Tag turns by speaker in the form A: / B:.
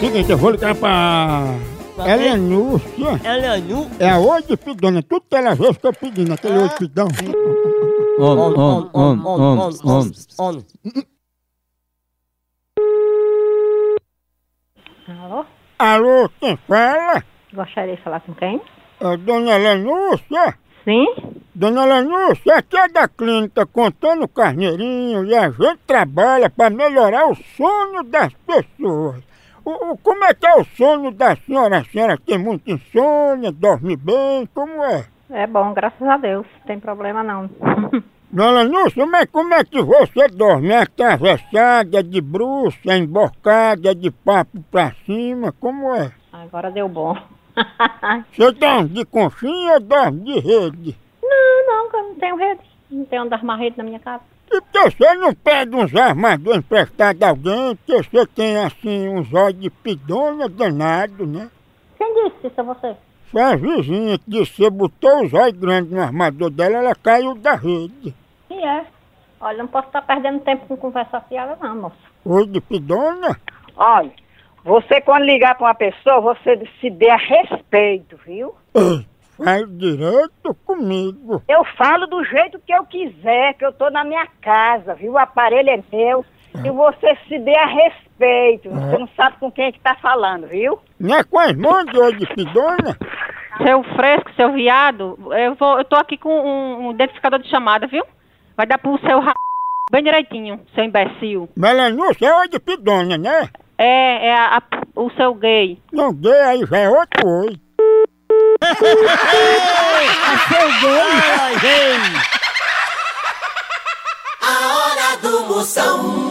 A: Seguinte, eu vou ligar pra.
B: Pra
A: Ela é
B: quem?
A: Núcia.
B: Ela é nu.
A: É a oi de pidona. Tudo que ela vê, eu estou pedindo aquele oi de pidão.
C: Om, om, om, om, om.
B: on.
D: Alô?
A: Alô, quem fala?
D: Gostaria de falar com quem?
A: É dona Lanúcia.
D: Sim?
A: Dona Lanúcia, aqui é da clínica contando o carneirinho e a gente trabalha para melhorar o sono das pessoas. O, o- como é que é o sono da senhora? A senhora tem muita insônia, dorme bem, como é?
D: É bom, graças a Deus. Não tem problema não.
A: Dona Lúcia, mas como é que você dorme? É atravessada, de bruxa, embocada, de papo pra cima, como é?
D: Agora deu bom.
A: Você dorme de conchinha ou dorme de rede?
D: não, não, que eu não tenho rede. Não tenho andar mais rede na minha casa.
A: E por que você não pede uns armadores emprestados a alguém? Porque você tem assim uns olhos de pidona danado, né?
D: Quem disse isso a você?
A: Foi a vizinha que disse que você botou os olhos grandes no armador dela, ela caiu da rede.
D: E é. Olha, não posso estar perdendo tempo com conversa fiada não, moço.
A: Olho de pidona?
E: Olha, você quando ligar para uma pessoa, você se dê a respeito, viu?
A: Faz direito comigo.
E: Eu falo do jeito que eu quiser, que eu tô na minha casa, viu? O aparelho é meu. E você se dê a respeito. Você não sabe com quem é que tá falando, viu?
A: Não é com as mãos de olho de pidona?
F: Seu fresco, seu viado, eu vou, eu tô aqui com um, um identificador de chamada, viu? Vai dar pro seu ra... bem direitinho, seu imbecil.
A: Melanúcia é oi de pidônia, né?
F: É, é a- a- o seu gay.
A: Não dê aí, já é outro oi.
C: Chegou!
G: A hora do Moção.